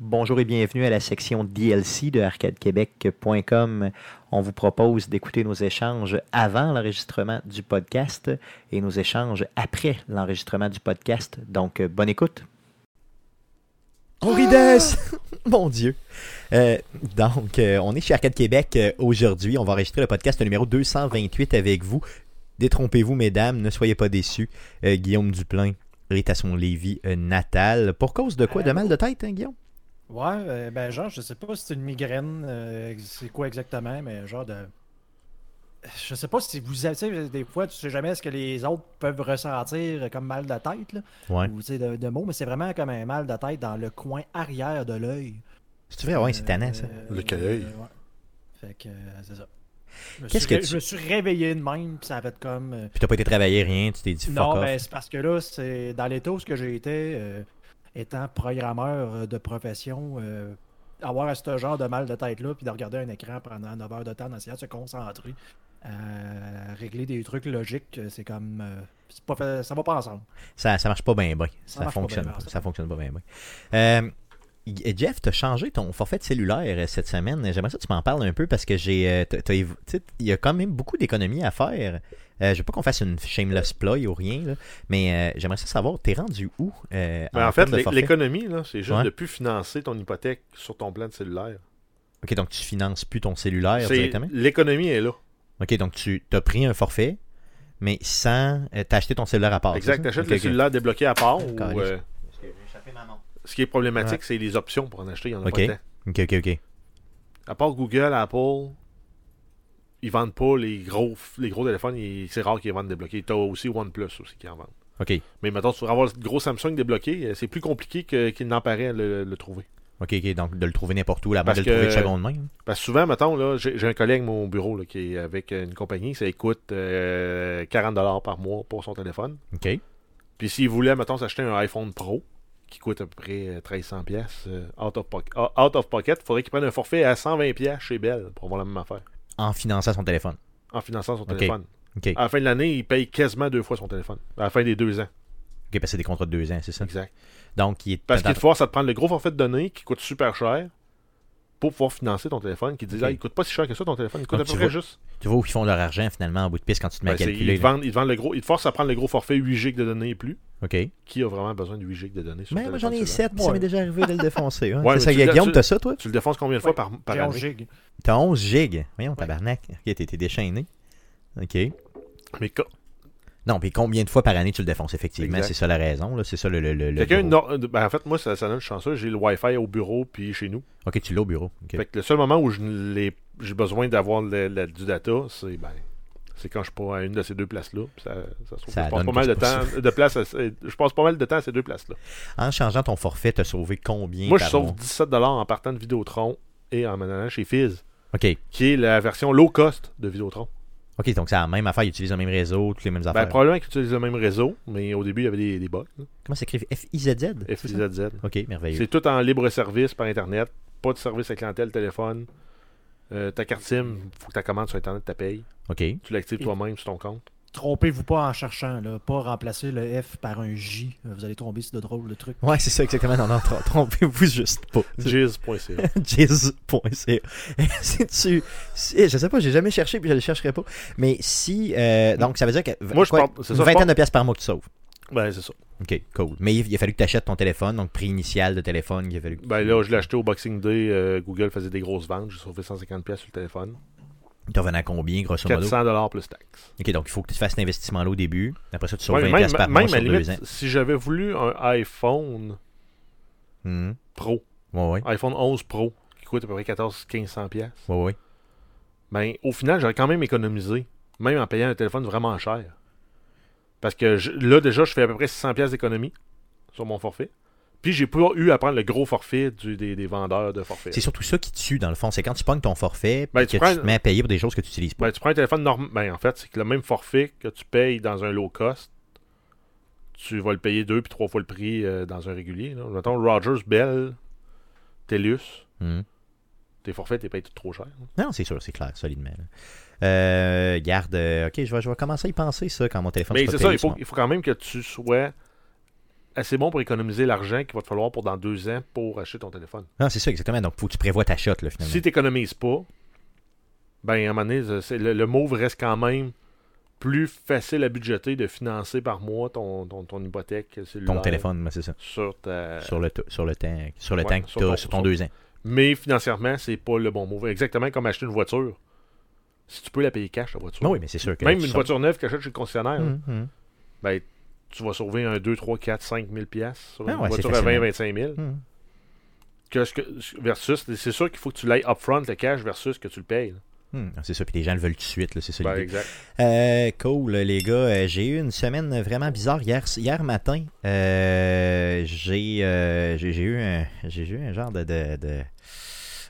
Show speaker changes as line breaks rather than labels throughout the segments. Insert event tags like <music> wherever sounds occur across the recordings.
Bonjour et bienvenue à la section DLC de arcadequebec.com. On vous propose d'écouter nos échanges avant l'enregistrement du podcast et nos échanges après l'enregistrement du podcast. Donc, euh, bonne écoute. Henrides! <laughs> Mon Dieu! Euh, donc, euh, on est chez Arcade Québec euh, aujourd'hui. On va enregistrer le podcast numéro 228 avec vous. Détrompez-vous, mesdames, ne soyez pas déçus. Euh, Guillaume Duplain est à son Lévis euh, natal. Pour cause de quoi? De mal de tête, hein, Guillaume?
Ouais, euh, ben genre, je sais pas si c'est une migraine, euh, c'est quoi exactement, mais genre de. Je sais pas si vous avez, tu sais, des fois, tu sais jamais ce que les autres peuvent ressentir comme mal de tête, là,
Ouais.
ou tu sais, de, de mots, mais c'est vraiment comme un mal de tête dans le coin arrière de l'œil.
C'est vrai, Ah ouais, c'est tannant, ça.
Euh,
Le cahier.
ouais. Fait que, euh, c'est ça. Je me
Qu'est-ce
suis
que
ré-
tu-
Je me suis réveillé de même, puis ça va être comme. euh,
Puis t'as pas été travailler, rien, tu t'es dit fuck
non,
off.
ben, c'est parce que là, c'est dans les taux ce que j'ai été, euh, étant programmeur euh, de profession, euh, avoir ce genre de mal de tête-là, puis de regarder un écran pendant 9 heures de temps, d'essayer de se concentrer, à régler des trucs logiques, euh, c'est comme. euh, c'est pas fait- ça va pas ensemble.
Ça, ça marche pas bien, bien. Ça,
marche pas
fonctionne
ben,
pas.
ben, ça.
Ça fonctionne pas bien, bien. Euh, y- Jeff, t'as changé ton forfait de cellulaire euh, cette semaine. J'aimerais ça que tu m'en parles un peu parce que j'ai. euh, t'as- t'as évo- tu sais, Il y a quand même beaucoup d'économies à faire. Euh, je veux pas qu'on fasse une shameless ploy ou rien, là, mais euh, j'aimerais ça savoir, t'es rendu où euh,
Ben, en fait,
termes de
l'é-
forfait?
l'économie, là, c'est juste
Ouais.
de plus financer ton hypothèque sur ton plan de cellulaire.
Ok, donc tu finances plus ton cellulaire
C'est-
directement.
L'économie est là.
Ok, donc tu as pris un forfait, mais sans euh, t'acheter ton cellulaire à part.
exact.
c'est
Tu
ça?
achètes
Ok,
le
ok.
cellulaire débloqué à part. ou,
Caliste.
euh, ce qui est problématique, c'est les options pour en acheter. Il y en a
Ok.
pas tant.
Ok, ok, ok.
À part Google, Apple, ils vendent pas les gros, les gros téléphones. ils- C'est rare qu'ils vendent débloqués. T'as aussi OnePlus aussi qui en vendent.
Ok,
Mais maintenant, tu vas avoir le gros Samsung débloqué. euh, C'est plus compliqué que- qu'il n'en paraît à le, le trouver.
ok, ok. Donc de le trouver n'importe où, là-bas,
Parce
de le trouver de
que-
seconde main.
Parce que souvent, mettons, là, j'ai j'ai un collègue, mon bureau, là, qui est avec une compagnie, ça coûte euh, 40$ par mois pour son téléphone.
Ok.
Puis s'il voulait, mettons, s'acheter un iPhone Pro, qui coûte à peu près euh, 1300$, pièces out, of poc- ah, out of pocket, faudrait qu'il prenne un forfait à 120$ piastres chez Bell pour avoir la même affaire,
en finançant son téléphone.
en finançant son
Ok.
téléphone.
OK.
À la fin de l'année, il paye quasiment deux fois son téléphone. À la fin des deux
OK,
ans,
parce que c'est des contrats de deux ans, c'est ça?
exact.
Donc, il est...
Parce qu'il
attends,
te force à te prendre le gros forfait de données qui coûte super cher pour pouvoir financer ton téléphone, qui te disent
Ok.
ah, il coûte pas si cher que ça ton téléphone, il coûte
Donc,
à peu
tu
près
vois-
juste.
Tu vois où ils font leur argent, finalement, en bout de piste, quand tu te mets
Ben,
à
c'est-
calculer.
ils, te
là.
vendent, ils te vendent le gros, ils te forcent à prendre le gros forfait 8 gigs de données et plus.
OK.
Qui a vraiment besoin de 8 gigs de données sur
Mais
le
moi, j'en
téléphone
ai
cellulaire?
sept, puis ça
Ouais.
m'est déjà arrivé de le défoncer. hein.
Ouais,
c'est
mais
ça,
tu-
Guillaume,
tu-
t'as ça, toi?
Tu le défonces combien de fois
Ouais.
par, par
J'ai 11
année?
gigs.
T'as 11 gigs. Voyons,
Ouais.
tabarnak. OK, t'es t'es déchaîné. OK.
Mais co-
Non, puis combien de fois par année tu le défonces, effectivement?
Exact.
C'est ça la raison, là. C'est ça le... le, le- le
Quelqu'un,
gros.
n'a- ben, en fait, moi, ça, ça donne chanceux. J'ai le Wi-Fi au bureau puis chez nous.
OK, tu l'as au bureau. OK.
Fait que le seul moment où je l'ai- j'ai besoin d'avoir le- le- du data, c'est ben, c'est quand je suis pas à une de ces deux places-là. Puis Ça, ça se trouve
Ça
que je passe
donne
pas mal
que
de
c'est pas
temps de place à ces- je passe pas mal de temps à ces deux places-là.
En changeant ton forfait, t'as sauvé combien
Moi, je
par
sauve
mois?
17 en partant de Vidéotron et en m'en allant chez Fizz,
OK.
qui est la version low cost de Vidéotron.
OK, donc c'est la même affaire. Ils utilisent le même réseau, toutes les mêmes
Ben,
affaires.
probablement qu'ils utilisent le même réseau, mais au début, il y avait des, des bugs. là.
Comment s'écrit? F-I-Z-Z? c'est ça?
FIZZ.
OK, merveilleux.
C'est tout en libre service par Internet. Pas de service à clientèle, téléphone. Euh, ta carte SIM, faut que tu la commandes sur Internet, tu la payes.
OK.
Tu l'actives
Et-
toi-même sur ton compte.
Trompez-vous pas en cherchant, là. Pas remplacer le F par un J. Euh, Vous allez tomber sur de drôles de trucs.
Ouais, c'est ça, exactement. Non, non, trom- <laughs> trompez-vous juste pas. <laughs>
Jizz.ca.
Jizz.ca. si tu. si- je sais pas, j'ai jamais cherché puis je le chercherai pas. Mais si. euh, donc, ça veut dire que.
Moi, je
quoi,
pense- c'est
Une
ça, je
vingtaine
pense-
de pièces par mois que tu sauves.
ben, c'est ça.
Ok, cool. Mais il, il a fallu que tu achètes ton téléphone, donc prix initial de téléphone. Il a fallu que-
Ben là, je l'ai acheté au Boxing Day. euh, Google faisait des grosses ventes. J'ai sauvé 150$ piastres sur le téléphone.
T'en venais à combien, grosso modo
400$ plus taxes.
Ok, donc il faut que tu fasses cet investissement-là au début. Après ça, tu sauves
Ouais,
20
mais même,
pièces par
même
mois
à
sur
la
deux ans.
limite, si j'avais voulu un iPhone
Mhm.
Pro,
Ouais, ouais.
iPhone 11 Pro, qui coûte à peu près 1400-1500$, piastres,
Ouais, ouais.
ben, au final, j'aurais quand même économisé, même en payant un téléphone vraiment cher. Parce que je- là, déjà, je fais à peu près 600$ piastres d'économie sur mon forfait. Puis, j'ai pas eu à prendre le gros forfait du- des, des vendeurs de forfaits.
C'est surtout ça qui tue, dans le fond. C'est quand tu pognes ton forfait puis
Ben,
que
tu prends-
tu te mets à payer pour des choses que tu utilises pas.
Ben, tu prends un téléphone normal. Ben, en fait, c'est que le même forfait que tu payes dans un low cost, tu vas le payer deux puis trois fois le prix euh, dans un régulier. Là. Mettons Rogers, Bell, TELUS.
Mhm.
Tes forfaits, t'es payé tout trop cher. là.
Non, c'est sûr, c'est clair, solidement. là. Euh, garde, euh, ok, je vais, je vais commencer à y penser ça quand mon téléphone
Mais
sera
Ben, c'est
payé,
ça, il
sinon.
faut, il faut quand même que tu sois assez bon pour économiser l'argent qu'il va te falloir pour dans deux ans pour acheter ton téléphone.
Non, c'est ça, exactement. Donc, faut que tu prévois ta shot, là, finalement.
Si tu n'économises pas, ben, à un moment donné, c'est- le, le move reste quand même plus facile à budgéter de financer par mois ton, ton, ton hypothèque
Ton
cellulaire
téléphone, moi, c'est ça.
Sur ta...
Sur le, t- sur le temps, sur le
Euh, ouais,
temps que
sur
t'as-
ton-
sur ton
sur-
deux ans.
Mais financièrement, c'est pas le bon move. Exactement comme acheter une voiture. Si tu peux la payer cash, la voiture.
Non, Ben oui, mais c'est sûr que.
Même
tu
une
sors-
voiture neuve que tu chez le concessionnaire,
Hum, hum,
ben, tu vas sauver un 2, 3, 4, 5 000 piastres sur
Ah
une
ouais, c'est
voiture à 20,
facilement.
25 000.
hum.
Que ce que- versus, c'est sûr qu'il faut que tu l'ailles upfront, le cash, versus que tu le payes. là.
Hum, C'est ça, puis les gens le veulent tout de suite, là, c'est ça
Ben,
l'idée.
exact.
Euh, cool, les gars. Euh, J'ai eu une semaine vraiment bizarre. Hier, hier matin, euh, j'ai euh, j'ai- j'ai eu, un- j'ai eu un genre de, de, de,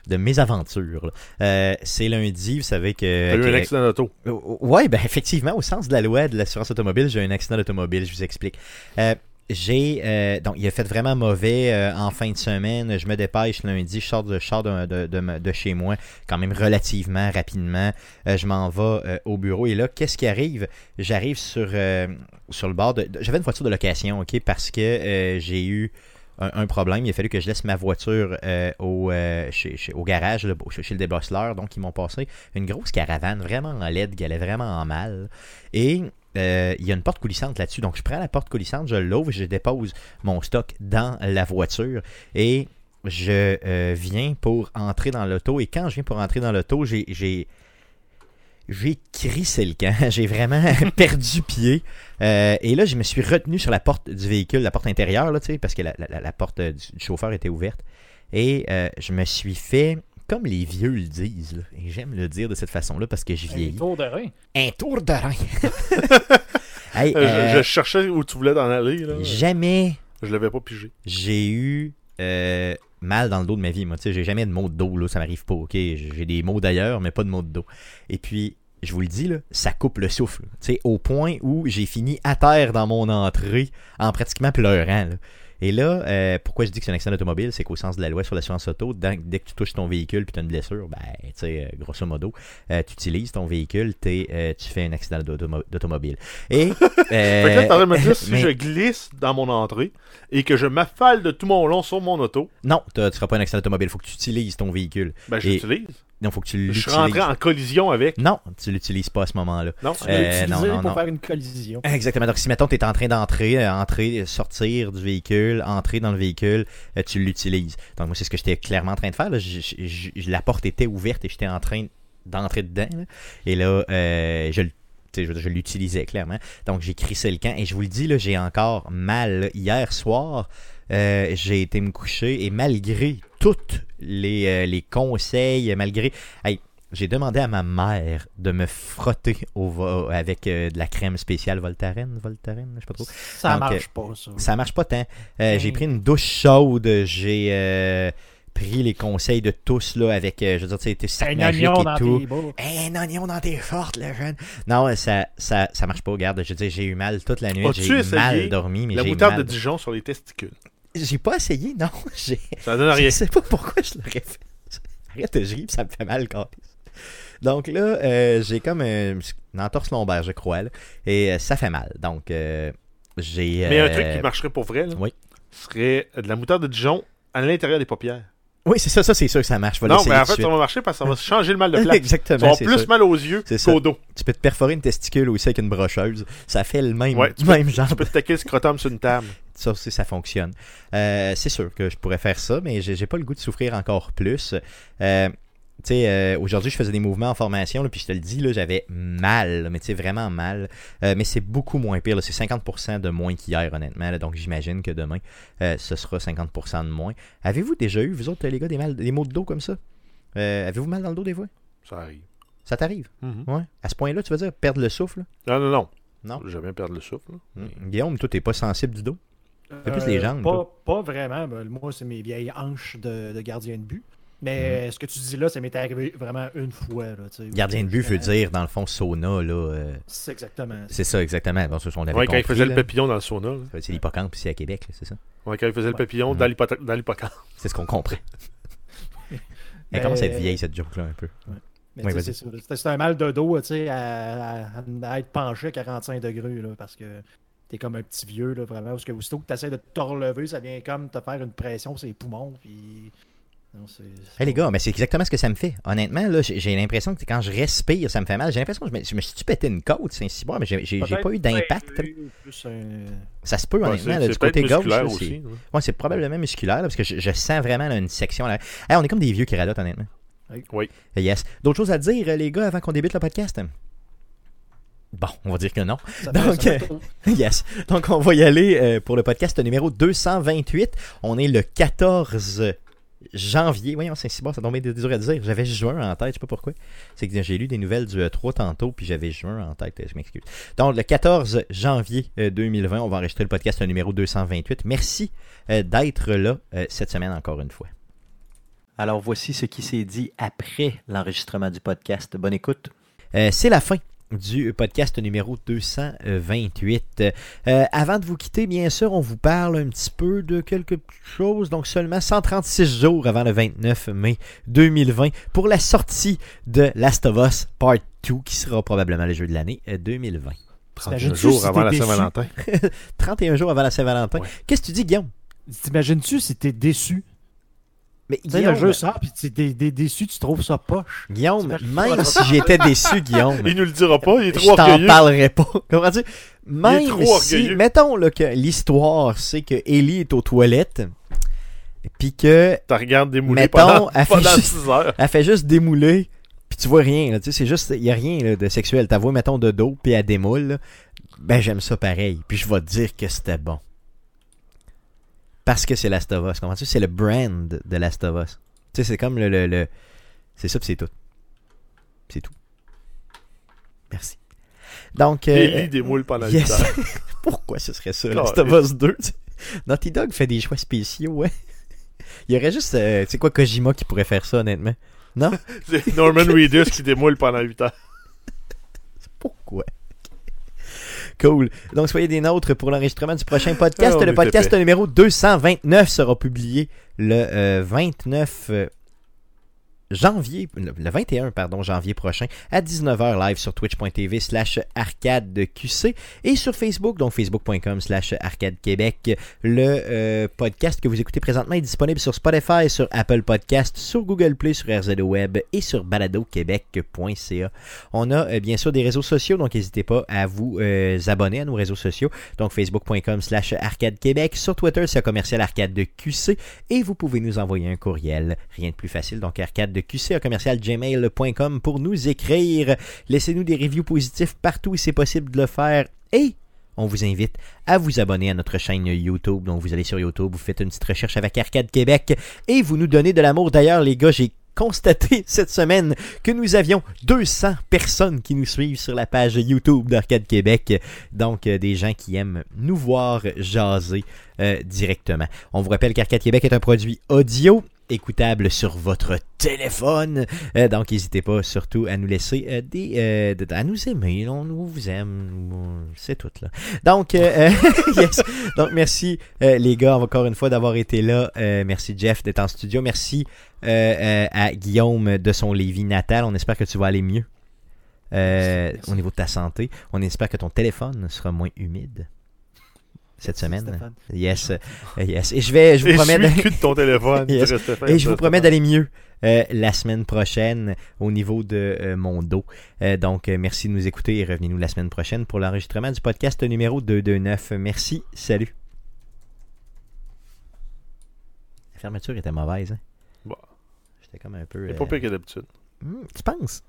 de mésaventure. là. Euh, C'est lundi, vous savez que.
T'as eu
que-
un accident d'auto.
Oui, ben effectivement, au sens de la loi de l'assurance automobile, j'ai eu un accident d'automobile, je vous explique. Euh, j'ai euh, donc il a fait vraiment mauvais euh, en fin de semaine. Je me dépêche lundi, je sors de, je sors de, de- de ma- de chez moi quand même relativement rapidement. Euh, je m'en vais euh, au bureau et là, qu'est-ce qui arrive J'arrive sur euh, sur le bord de, de- j'avais une voiture de location, ok, parce que euh, j'ai eu un, un problème. Il a fallu que je laisse ma voiture euh, au euh, chez- chez- au garage, là, chez chez le débosseleur. Donc ils m'ont passé une grosse caravane vraiment en LED qui allait vraiment en mal. Et euh, il y a une porte coulissante là-dessus. Donc, je prends la porte coulissante, je l'ouvre, je dépose mon stock dans la voiture et je euh, viens pour entrer dans l'auto. Et quand je viens pour entrer dans l'auto, j'ai. j'ai j'ai crissé le camp, <laughs> j'ai vraiment perdu pied. Euh, et là, je me suis retenu sur la porte du véhicule, la porte intérieure, là, tu sais, parce que la, la- la porte euh, du, du chauffeur était ouverte. Et euh, je me suis fait, comme les vieux le disent, là, et j'aime le dire de cette façon-là parce que je
Un
vieillis,
tour de rein.
un tour de
<laughs>
rein. Hey,
Euh, je-
euh,
je, cherchais où tu voulais t'en aller. Là.
jamais
Je l'avais pas pigé.
j'ai eu euh, mal dans le dos de ma vie. Moi, tu sais, j'ai jamais de maux de dos, là, ça m'arrive pas. Ok, j'ai des maux d'ailleurs, mais pas de maux de dos. Et puis, je vous le dis, là, ça coupe le souffle. Tu sais, au point où j'ai fini à terre dans mon entrée en pratiquement pleurant. là. Et là, euh, pourquoi je dis que c'est un accident automobile, c'est qu'au sens de la loi sur l'assurance auto, dans- dès que tu touches ton véhicule puis tu as une blessure, ben, tu sais, euh, grosso modo, euh, tu utilises ton véhicule, t'es, euh, tu fais un accident d'automo- d'automobile. Et.
<laughs> Fait que là,
euh,
t'es en train de me dire,
<laughs>
si
mais-
je glisse dans mon entrée et que je m'affale de tout mon long sur mon auto,
Non, t'as- tu ne seras pas un accident automobile. faut que tu utilises ton véhicule.
ben je
Et-
l'utilise.
Non, faut que tu
Je
l'utilises.
suis rentré en collision avec.
Non, tu l'utilises pas à ce moment-là.
Non,
Tu
Euh,
l'as utilisé
non, non,
pour
non.
faire une collision.
Exactement. Donc, si mettons, tu es en train d'entrer, euh, entrer, sortir du véhicule, entrer dans le véhicule, euh, tu l'utilises. Donc, moi, c'est ce que j'étais clairement en train de faire. là. J- j- j- la porte était ouverte et j'étais en train d'entrer dedans. là. Et là, euh, je le- tu sais, je veux dire, je l'utilisais clairement. Donc, j'ai crissé le camp. Et je vous le dis, là, j'ai encore mal. là. Hier soir, euh, j'ai été me coucher et malgré toutes les, euh, les conseils, malgré. Hey, j'ai demandé à ma mère de me frotter au vo- avec euh, de la crème spéciale Voltaren. Voltaren, je sais pas trop.
Ça
Donc, euh,
marche pas, ça.
Ça marche pas tant. Euh, J'ai
Ben.
Hmm.
pris une douche chaude. J'ai euh, pris les conseils de tous là avec. euh, je veux dire, tu sais, t'es sac
Un
magique
oignon
et
dans
tout.
tes bas.
Hey, un oignon dans tes fortes, le jeune. Non, ça, ça, ça marche pas. Regarde, je veux dire, j'ai eu mal toute la nuit.
As-tu
J'ai
essayé
mal dormi, mais
La
j'ai
moutarde de
mal.
Dijon sur les testicules.
J'ai pas essayé, non. <laughs> J'ai
Ça donne rien.
je sais pas pourquoi je l'aurais fait. Arrête, je ris, puis ça me fait mal quand Donc là, euh, j'ai comme un- une entorse lombaire, je crois, là, et euh, ça fait mal. Donc, euh, j'ai...
Mais un
euh,
truc qui marcherait pour vrai, là,
oui.
serait de la moutarde de Dijon à l'intérieur des paupières.
Oui, c'est ça, ça c'est sûr que ça marche. Je vais
non,
l'essayer
mais en
tout de
fait, ça va marcher parce que ça va changer le
<laughs>
mal de
suite.
place. Tu vas
Exactement,
avoir
c'est
plus
ça.
mal aux yeux
C'est ça.
qu'au dos.
Tu peux te perforer une testicule aussi avec une brocheuse. Ça fait le même, <laughs>
Ouais, <laughs> tu
même genre
Tu peux te taquer le scrotum sur une table.
ça aussi, ça fonctionne. Euh, c'est sûr que je pourrais faire ça, mais j'ai j'ai pas le goût de souffrir encore plus. Euh, tu sais, euh, aujourd'hui, je faisais des mouvements en formation, là, puis je te le dis, là, j'avais mal, là, mais tu sais, vraiment mal. Euh, mais c'est beaucoup moins pire, là. c'est 50% de moins qu'hier, honnêtement. là. donc j'imagine que demain, euh, ce sera 50% de moins. Avez-vous déjà eu, vous autres, les gars, des, mal, des maux de dos comme ça Euh, Avez-vous mal dans le dos des fois
Ça arrive.
Ça t'arrive
Mhm.
Ouais. À ce point-là, tu veux dire perdre le souffle
Non, non, non. Mm.
Non.
Je vais bien perdre le souffle. là.
Mm. Guillaume, toi, t'es pas sensible du dos c'est plus les jambes,
Euh, Pas, pas vraiment. Ben, moi, c'est mes vieilles hanches de, de gardien de but. Mais ce que tu dis là, ça m'est arrivé vraiment une fois. Là, tu sais.
Mm-hmm. Gardien de but veut dire, dans le fond, sauna, là. euh,
C'est exactement. ça.
C'est ça, exactement. Bon, ça, on l'avait
Ouais, quand il
compris,
faisait le
là. Euh,
papillon dans le sauna. là.
C'est l'hippocampe ici à Québec, là, c'est ça?
Ouais, quand il faisait le papillon
Mhm.
dans l'hypothe- dans l'hippocampe.
C'est ce qu'on <laughs> comprend. Elle
Mais-
commence à être vieille, cette joke-là, un peu.
Mais
Oui,
tu sais, c'est ça. C'est- c'est un mal de dos tu sais, à, à- à être penché à 45 degrés là, parce que t'es comme un petit vieux, là, vraiment, parce que aussitôt que t'essaies de te relever, ça vient comme te faire une pression sur les poumons, puis... Non, c'est-
Hey, les gars, mais c'est exactement ce que ça me fait. Honnêtement, là, j'ai j'ai l'impression que quand je respire, ça me fait mal. J'ai l'impression que je me, je me suis pété une côte, c'est ainsi, mais j'ai j'ai- j'ai
Peut-être
pas eu d'impact.
plus- plus un-
Ça se peut,
Ouais,
honnêtement,
Ben, c'est-
là,
c'est
du
peut-être
côté gauche.
musculaire
là, c'est-
aussi. ouais.
Ouais, c'est probablement musculaire, là, parce que je, je sens vraiment là, une section. Là. Hey, on est comme des vieux qui radotent, honnêtement.
Oui.
Oui.
Yes. D'autres choses à dire, euh, les gars, avant qu'on débute le podcast? Bon, on va dire que non.
ça fait-
Donc, euh,
ça fait trop.
<laughs> Yes. Donc, on va y aller euh, pour le podcast numéro 228. On est le 14 janvier. Voyons, c'est si bon, ça tombait dur à dire. J'avais juin en tête, je sais pas pourquoi. C'est que j'ai lu des nouvelles du euh, 3 tantôt, puis j'avais juin en tête, euh, je m'excuse. Donc, le 14 janvier euh, 2020, on va enregistrer le podcast numéro 228. Merci euh, d'être là euh, cette semaine encore une fois.
Alors voici ce qui s'est dit après l'enregistrement du podcast. Bonne écoute.
Euh, c'est la fin du podcast numéro 228. Euh, avant de vous quitter, bien sûr, on vous parle un petit peu de quelque chose. Donc seulement 136 jours avant le 29 mai 2020 pour la sortie de Last of Us Part 2 qui sera probablement le jeu de l'année euh, 2020.
31
T'imagines-tu
jours
si
avant
t'es
la
déçu?
Saint-Valentin.
31 jours avant la Saint-Valentin.
Ouais.
Qu'est-ce que tu dis, Guillaume?
T'imagines-tu si t'es déçu?
Mais
Tu sais, le jeu sort, puis t'es, t'es- t'es déçu, tu trouves ça poche.
Guillaume,
Tu imagines-
même si j'étais déçu,
<laughs>
Guillaume,
<laughs> Il nous le dira pas, il est
je
trop
t'en
orgueilleux.
parlerai pas. <laughs> Comprends-tu? Même
trop
si,
orgueilleux.
mettons là, que l'histoire, c'est que Ellie est aux toilettes, puis que
T'as regardé démouler
Mettons,
pendant,
elle fait
pendant
juste-
6 heures.
elle fait juste démouler, puis tu vois rien. là. Tu sais, c'est juste, il y a rien là, de sexuel. Ta voix, mettons, de dos, puis elle démoule. là. Ben, j'aime ça pareil. Puis je vais te dire que c'était bon. Parce que c'est Last of Us. Comprends-tu? C'est le brand de Last of Us. Tu sais, c'est comme le. le- le- C'est ça, puis c'est tout. C'est tout. Merci. Donc. euh,
Ellie démoule pendant 8
Yes.
heures.
<laughs> Pourquoi ce serait ça,
Ah,
Last of Us 2? tu sais? Naughty Dog fait des choix spéciaux, ouais. Il y aurait juste, euh, tu sais quoi, Kojima qui pourrait faire ça, honnêtement. <laughs>
C'est Norman Reedus qui démoule pendant 8 heures.
Pourquoi? <laughs> Cool. Donc, soyez des nôtres pour l'enregistrement du prochain podcast.
Ah, on
le
est
podcast numéro 229 sera publié le euh, 29 euh, janvier, le le 21, pardon, janvier prochain, à 19h live sur twitch.tv slash arcadeqc et sur Facebook, donc facebook.com slash arcadequebec. Le euh, podcast que vous écoutez présentement est disponible sur Spotify, sur Apple Podcast, sur Google Play, sur RZO Web et sur baladoquebec.ca. On a euh, bien sûr des réseaux sociaux, donc n'hésitez pas à vous euh, abonner à nos réseaux sociaux. Donc facebook.com slash arcade Québec. Sur Twitter, c'est commercial arcade de QC. Et vous pouvez nous envoyer un courriel. Rien de plus facile. Donc arcade de QC à commercial gmail.com pour nous écrire. Laissez-nous des reviews positifs partout où c'est possible de le faire. Et on vous invite à vous abonner à notre chaîne YouTube. Donc vous allez sur YouTube, vous faites une petite recherche avec Arcade Québec et vous nous donnez de l'amour. D'ailleurs, les gars, j'ai constaté <laughs> cette semaine que nous avions 200 personnes qui nous suivent sur la page YouTube d'Arcade Québec. Donc, euh, des gens qui aiment nous voir jaser euh, directement. On vous rappelle qu'Arcade Québec est un produit audio écoutable sur votre téléphone. Euh, donc, n'hésitez pas surtout à nous laisser euh, des... euh, de- à nous aimer. On nous vous aime. C'est tout, là. Donc, euh, <laughs> euh, yes. Donc, merci euh, les gars encore une fois d'avoir été là. Euh, merci Jeff d'être en studio. Merci euh, euh, à Guillaume de son Lévis natal. On espère que tu vas aller mieux euh,
Merci, merci.
au niveau de ta santé. On espère que ton téléphone sera moins humide cette semaine.
Stéphane.
Yes, euh, yes. Et je vais, je vous
Essuie
promets. d'a-
le cul de ton téléphone.
Yes.
tu restes faire
et
ça,
je vous
ça,
promets
ça.
d'aller mieux euh, la semaine prochaine au niveau de euh, mon dos. Euh, donc, euh, merci de nous écouter et revenez-nous la semaine prochaine pour l'enregistrement du podcast numéro 229. Merci, salut. La fermeture était mauvaise. Hein?
Bon.
J'étais comme un peu.
Bah. C'est
euh,
pas pire que d'habitude.
hmm, tu penses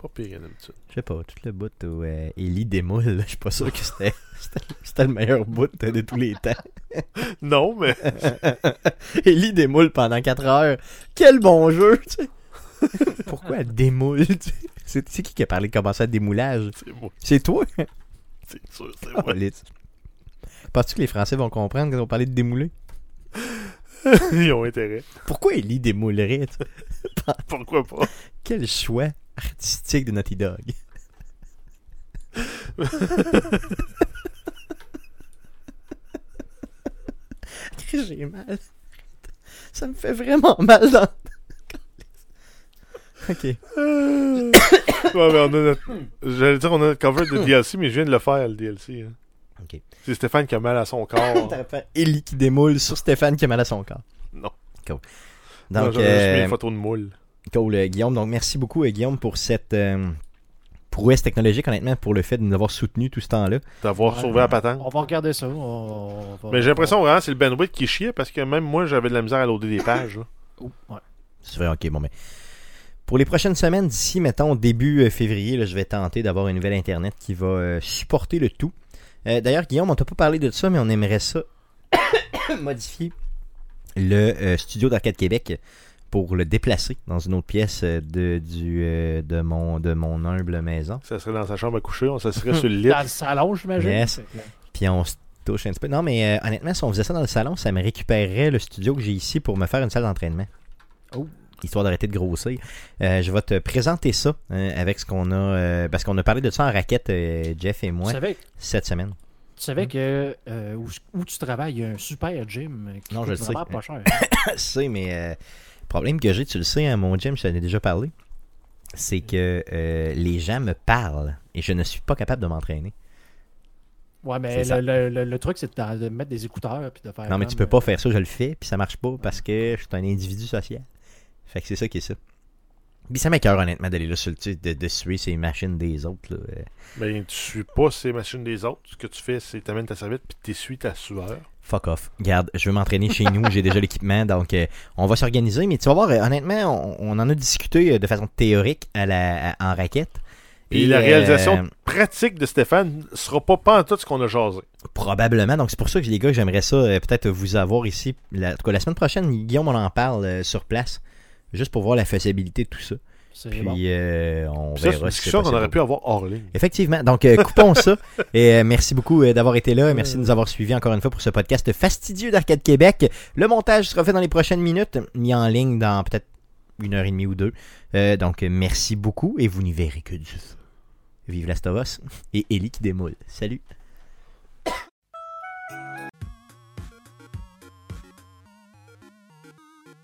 Pas pire que d'habitude.
Je sais pas, tout le bout où euh, Ellie démoule, <laughs> là, je suis pas sûr que c'était, c'était, c'était le meilleur bout de, de tous les temps.
Non, mais <laughs>
<laughs> Ellie démoule pendant 4 heures. Quel bon jeu, tu sais. <laughs> Pourquoi elle démoule, tu sais? C'est c'est qui qui a parlé de commencer à démoulage?
c'est moi.
C'est toi? hein?
C'est sûr, c'est moi.
Les- Penses-tu que les Français vont comprendre quand on parlait de démouler?
Ils ont intérêt.
Pourquoi Ellie démoulerait, tu sais?
Pourquoi pas?
Quel choix artistique de Naughty <laughs> Dog. J'ai mal. Ça me fait vraiment mal <laughs> dans... Ok.
<coughs> Ouais, mais on a notre... J'allais dire, on a notre cover de DLC, mais je viens de le faire, le DLC. hein.
Ok.
C'est Stéphane qui a mal à son
<laughs>
corps.
T'aurais fait Ellie qui démoule sur Stéphane qui a mal à son corps.
Non.
Cool.
Non,
Donc,
j'aurais juste mis
euh,
une photo de moule.
Cool, euh, Guillaume. Donc, merci beaucoup, euh, Guillaume, pour cette euh, prouesse technologique, honnêtement, pour le fait de nous avoir soutenus tout ce temps-là.
D'avoir
Ouais. Oh.
sauvé la patente.
On va regarder ça. on va-
Mais j'ai l'impression vraiment c'est le bandwidth qui chiait parce que même moi j'avais de la misère à loader des pages. là.
Oh, ouais.
C'est vrai, ok, bon, mais. Pour les prochaines semaines, d'ici, mettons, début euh, février, là, je vais tenter d'avoir une nouvelle Internet qui va euh, supporter le tout. Euh, D'ailleurs, Guillaume, on t'a pas parlé de ça, mais on aimerait ça <coughs> modifier le euh, studio d'Arcade Québec pour le déplacer dans une autre pièce euh, de, du, euh, de, mon, de mon humble maison.
Ça serait dans sa chambre à coucher, on ça serait sur le
<laughs>
lit.
Dans le salon, j'imagine.
Yes. Puis on se touche un petit peu. Non, mais euh, honnêtement, si on faisait ça dans le salon, ça me récupérerait le studio que j'ai ici pour me faire une salle d'entraînement.
Oh.
Histoire d'arrêter de grossir. Euh, je vais te présenter ça euh, avec ce qu'on a. euh, parce qu'on a parlé de ça en raquette, euh, Jeff et moi,
Tu savais,
cette semaine. Mm.
tu savais que euh, où, où tu travailles, il y a un super gym qui
Non,
coûte
je le sais.
vraiment pas cher.
<laughs> Je sais, mais euh, le problème que j'ai, tu le sais, hein, mon Jim, je t'en ai déjà parlé, c'est que euh, les gens me parlent et je ne suis pas capable de m'entraîner.
Ouais,
C'est
mais
ça.
le, le- le- le truc, c'est de, t'en- de mettre des écouteurs puis de faire.
Non, mais tu
comme,
peux pas faire ça, je le fais, puis ça marche pas parce que je suis un individu social. Fait que c'est ça qui est ça. Puis ça m'écœure honnêtement d'aller là sur le tu sais, de, de suer ces machines des autres. là. Euh,
Mais Ben, tu suis pas ces machines des autres. Ce que tu fais, c'est t'amènes ta serviette puis t'essuies ta sueur.
Fuck off. Garde, je veux m'entraîner chez nous, j'ai déjà l'équipement, donc euh, on va s'organiser. Mais tu vas voir, euh, honnêtement, on, on en a discuté euh, de façon théorique à la, à- en raquette.
Et, la réalisation
euh,
pratique de Stéphane sera pas pas en tout ce qu'on a jasé.
Probablement. Donc, c'est pour ça que les gars, j'aimerais ça euh, peut-être vous avoir ici. La, en tout cas, la semaine prochaine, Guillaume, on en parle euh, sur place. Juste pour voir la faisabilité de tout ça.
C'est
Puis,
bon.
euh, on
Puis Ça, c'est une
verra si c'est
discussion qu'on
possible.
aurait pu avoir hors ligne.
Effectivement. Donc, euh, coupons
<laughs>
ça. Et euh, merci beaucoup euh, d'avoir été là. Merci de nous avoir suivis encore une fois pour ce podcast fastidieux d'Arcade Québec. Le montage sera fait dans les prochaines minutes, mis en ligne dans peut-être une heure et demie ou deux. Euh, donc, euh, merci beaucoup et vous n'y verrez que du feu. Vive Lastovos et Ellie qui démoule. Salut.